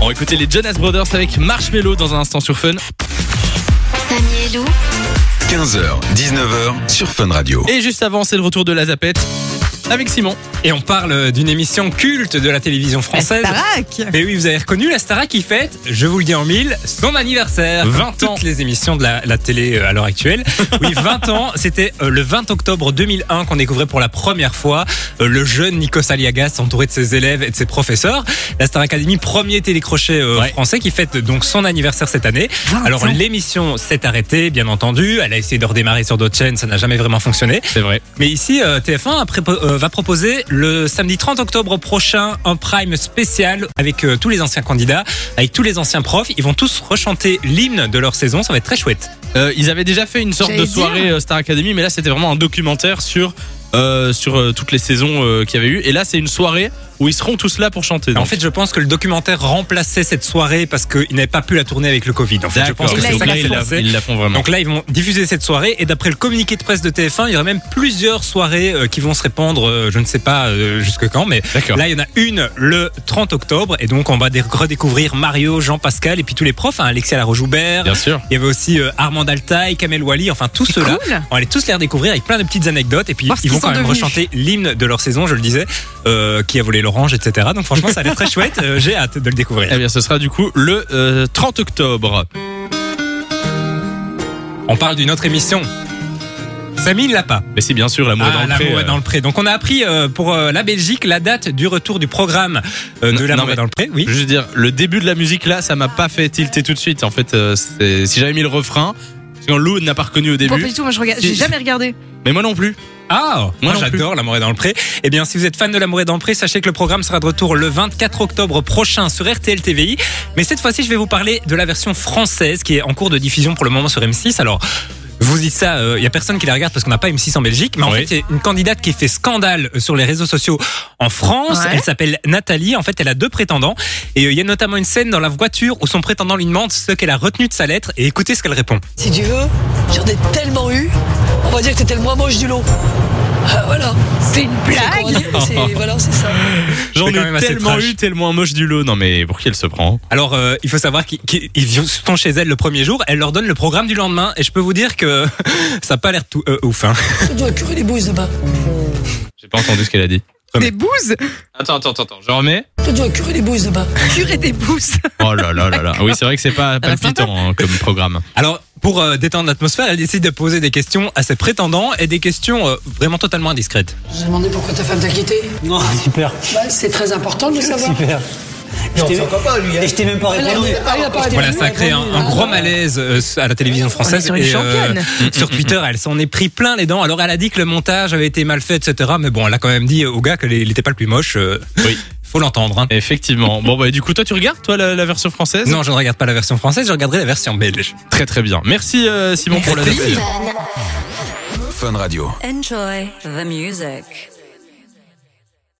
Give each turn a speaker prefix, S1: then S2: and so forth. S1: On va écouter les Jonas Brothers avec Marshmello dans un instant sur Fun.
S2: Samy et Lou
S3: 15h, 19h sur Fun Radio.
S1: Et juste avant, c'est le retour de la zapette avec Simon.
S4: Et on parle euh, d'une émission culte de la télévision française.
S5: Starac
S4: Mais oui, vous avez reconnu la Starac qui fête, je vous le dis en mille, son anniversaire.
S1: 20 ans.
S4: Toutes les émissions de la, la télé euh, à l'heure actuelle. Oui, 20 ans. C'était euh, le 20 octobre 2001 qu'on découvrait pour la première fois euh, le jeune Nikos Aliagas entouré de ses élèves et de ses professeurs. La Star Academy, premier télécrochet euh, français qui fête donc son anniversaire cette année.
S1: Ah,
S4: Alors l'émission s'est arrêtée, bien entendu. Elle a essayé de redémarrer sur d'autres chaînes, ça n'a jamais vraiment fonctionné.
S1: C'est vrai.
S4: Mais ici, euh, TF1 a prépo- euh, va proposer le samedi 30 octobre prochain un prime spécial avec euh, tous les anciens candidats, avec tous les anciens profs. Ils vont tous rechanter l'hymne de leur saison. Ça va être très chouette.
S1: Euh, ils avaient déjà fait une sorte de
S5: J'allais
S1: soirée euh, Star Academy, mais là c'était vraiment un documentaire sur euh, sur euh, toutes les saisons euh, qu'il y avait eu. Et là c'est une soirée où ils seront tous là pour chanter.
S4: En
S1: donc.
S4: fait, je pense que le documentaire remplaçait cette soirée parce qu'ils n'avaient pas pu la tourner avec le Covid. En fait, je
S1: D'accord,
S4: pense
S1: ok,
S4: que c'est
S1: donc
S4: ça
S1: là,
S4: qui
S1: ils,
S4: s'est
S1: la,
S4: passé.
S1: ils la font vraiment.
S4: Donc là, ils vont diffuser cette soirée et d'après le communiqué de presse de TF1, il y aura même plusieurs soirées euh, qui vont se répandre, euh, je ne sais pas euh, jusque quand, mais
S1: D'accord.
S4: là, il y en a une le 30 octobre et donc on va dé- redécouvrir Mario, Jean-Pascal et puis tous les profs, hein, Alexia Laroche-Joubert,
S1: Bien sûr.
S4: il y avait aussi euh, Armand Altaï, Kamel Wally, enfin tous
S5: C'est
S4: ceux-là.
S5: cool.
S4: On allait tous les redécouvrir avec plein de petites anecdotes et puis
S5: Voir ce
S4: ils vont
S5: qu'ils
S4: quand
S5: sont
S4: même
S5: devenus.
S4: rechanter l'hymne de leur saison, je le disais, euh, qui a volé l'orange, etc. Donc franchement, ça a l'air très chouette, euh, j'ai hâte de le découvrir.
S1: Eh bien, ce sera du coup le euh, 30 octobre.
S4: On parle d'une autre émission. Samy ne l'a pas.
S1: Mais c'est bien sûr l'amour
S4: Ah,
S1: dans le
S4: l'amour
S1: pré,
S4: est
S1: euh,
S4: dans le pré. Donc on a appris euh, pour euh, la Belgique la date du retour du programme euh,
S1: Non,
S4: de l'amour
S1: non, mais-
S4: est dans le pré. Oui.
S1: Je veux juste dire, le début de la musique là, ça m'a pas fait tilter tout de suite. En fait, euh, c'est- si j'avais mis le refrain, parce que Lou n'a pas reconnu au
S5: Pas
S1: début,
S5: du tout, moi je regarde, j'ai
S1: Si-
S5: jamais regardé.
S1: mais moi non plus.
S4: Ah, moi
S1: non
S4: j'adore l'amour est dans le pré. Eh bien, si vous êtes fan de l'amour est dans le pré, sachez que le programme sera de retour le 24 octobre prochain sur RTL TVI. Mais cette fois-ci, je vais vous parler de la version française qui est en cours de diffusion pour le moment sur M6. Alors. Je vous dis ça, il y a personne qui la regarde parce qu'on n'a pas M6 en Belgique, mais en
S1: Oui.
S4: fait, il y a une candidate qui fait scandale euh, sur les réseaux sociaux en France.
S5: Ouais.
S4: Elle s'appelle Nathalie. En fait, elle a deux prétendants. Et euh, il y a notamment une scène dans la voiture où son prétendant lui demande ce qu'elle a retenu de sa lettre. Et écoutez ce qu'elle répond.
S6: Si tu veux, j'en ai tellement eu. On va dire que t'étais le moins moche du lot. Ah, voilà.
S5: C'est une
S6: C'est qu'on va
S5: blague
S6: dire, mais c'est- Voilà, c'est ça.
S1: J'en
S4: C'est quand même
S1: ai
S4: assez
S1: tellement
S4: trash.
S1: eu, tellement moche du lot. Non mais pour qui elle se prend
S4: Alors, euh, il faut savoir qu'ils qu'ils- ils sont chez elle le premier jour. Elle leur donne le programme du lendemain. Et je peux vous dire que ça n'a pas l'air tout euh, ouf. Hein.
S6: Tu dois curer les bouses là-bas.
S1: J'ai pas entendu ce qu'elle a dit.
S5: Des bouses
S1: Attends, attends, attends, attends, je remets.
S6: Tu dois curer les bouses là-bas.
S5: Curer des bouses
S1: Oh là là là là. Oui, c'est vrai que c'est pas
S5: va
S1: palpitant hein, comme programme.
S4: Alors, pour euh, détendre l'atmosphère, elle décide de poser des questions à ses prétendants et des questions euh, vraiment totalement indiscrètes.
S6: J'ai demandé pourquoi ta femme t'a quitté.
S7: Non, super,
S6: Bah, c'est très important de le savoir.
S7: super. Je t'ai Et je t'ai même pas
S6: Elle
S7: répondu.
S6: a- elle a pas répondu.
S4: Voilà, ça a créé un, un gros malaise euh, à la télévision
S5: hein. Ah On est
S4: française.
S5: sur une
S4: et, euh,
S5: championne.
S4: sur Twitter, elle s'en est pris plein les dents. Alors, elle a dit que le montage avait été mal fait, etc. Mais bon, elle a quand même dit au gars qu'il n'était pas le plus moche. euh,
S1: Oui.
S4: Faut l'entendre. hein.
S1: Effectivement. Bon bah et du coup toi tu regardes toi la, la version française
S4: Non, je ne regarde pas la version française, je regarderai la version belge.
S1: Très très bien. Merci euh, Simon pour la
S3: Fun Radio.
S8: Enjoy the music.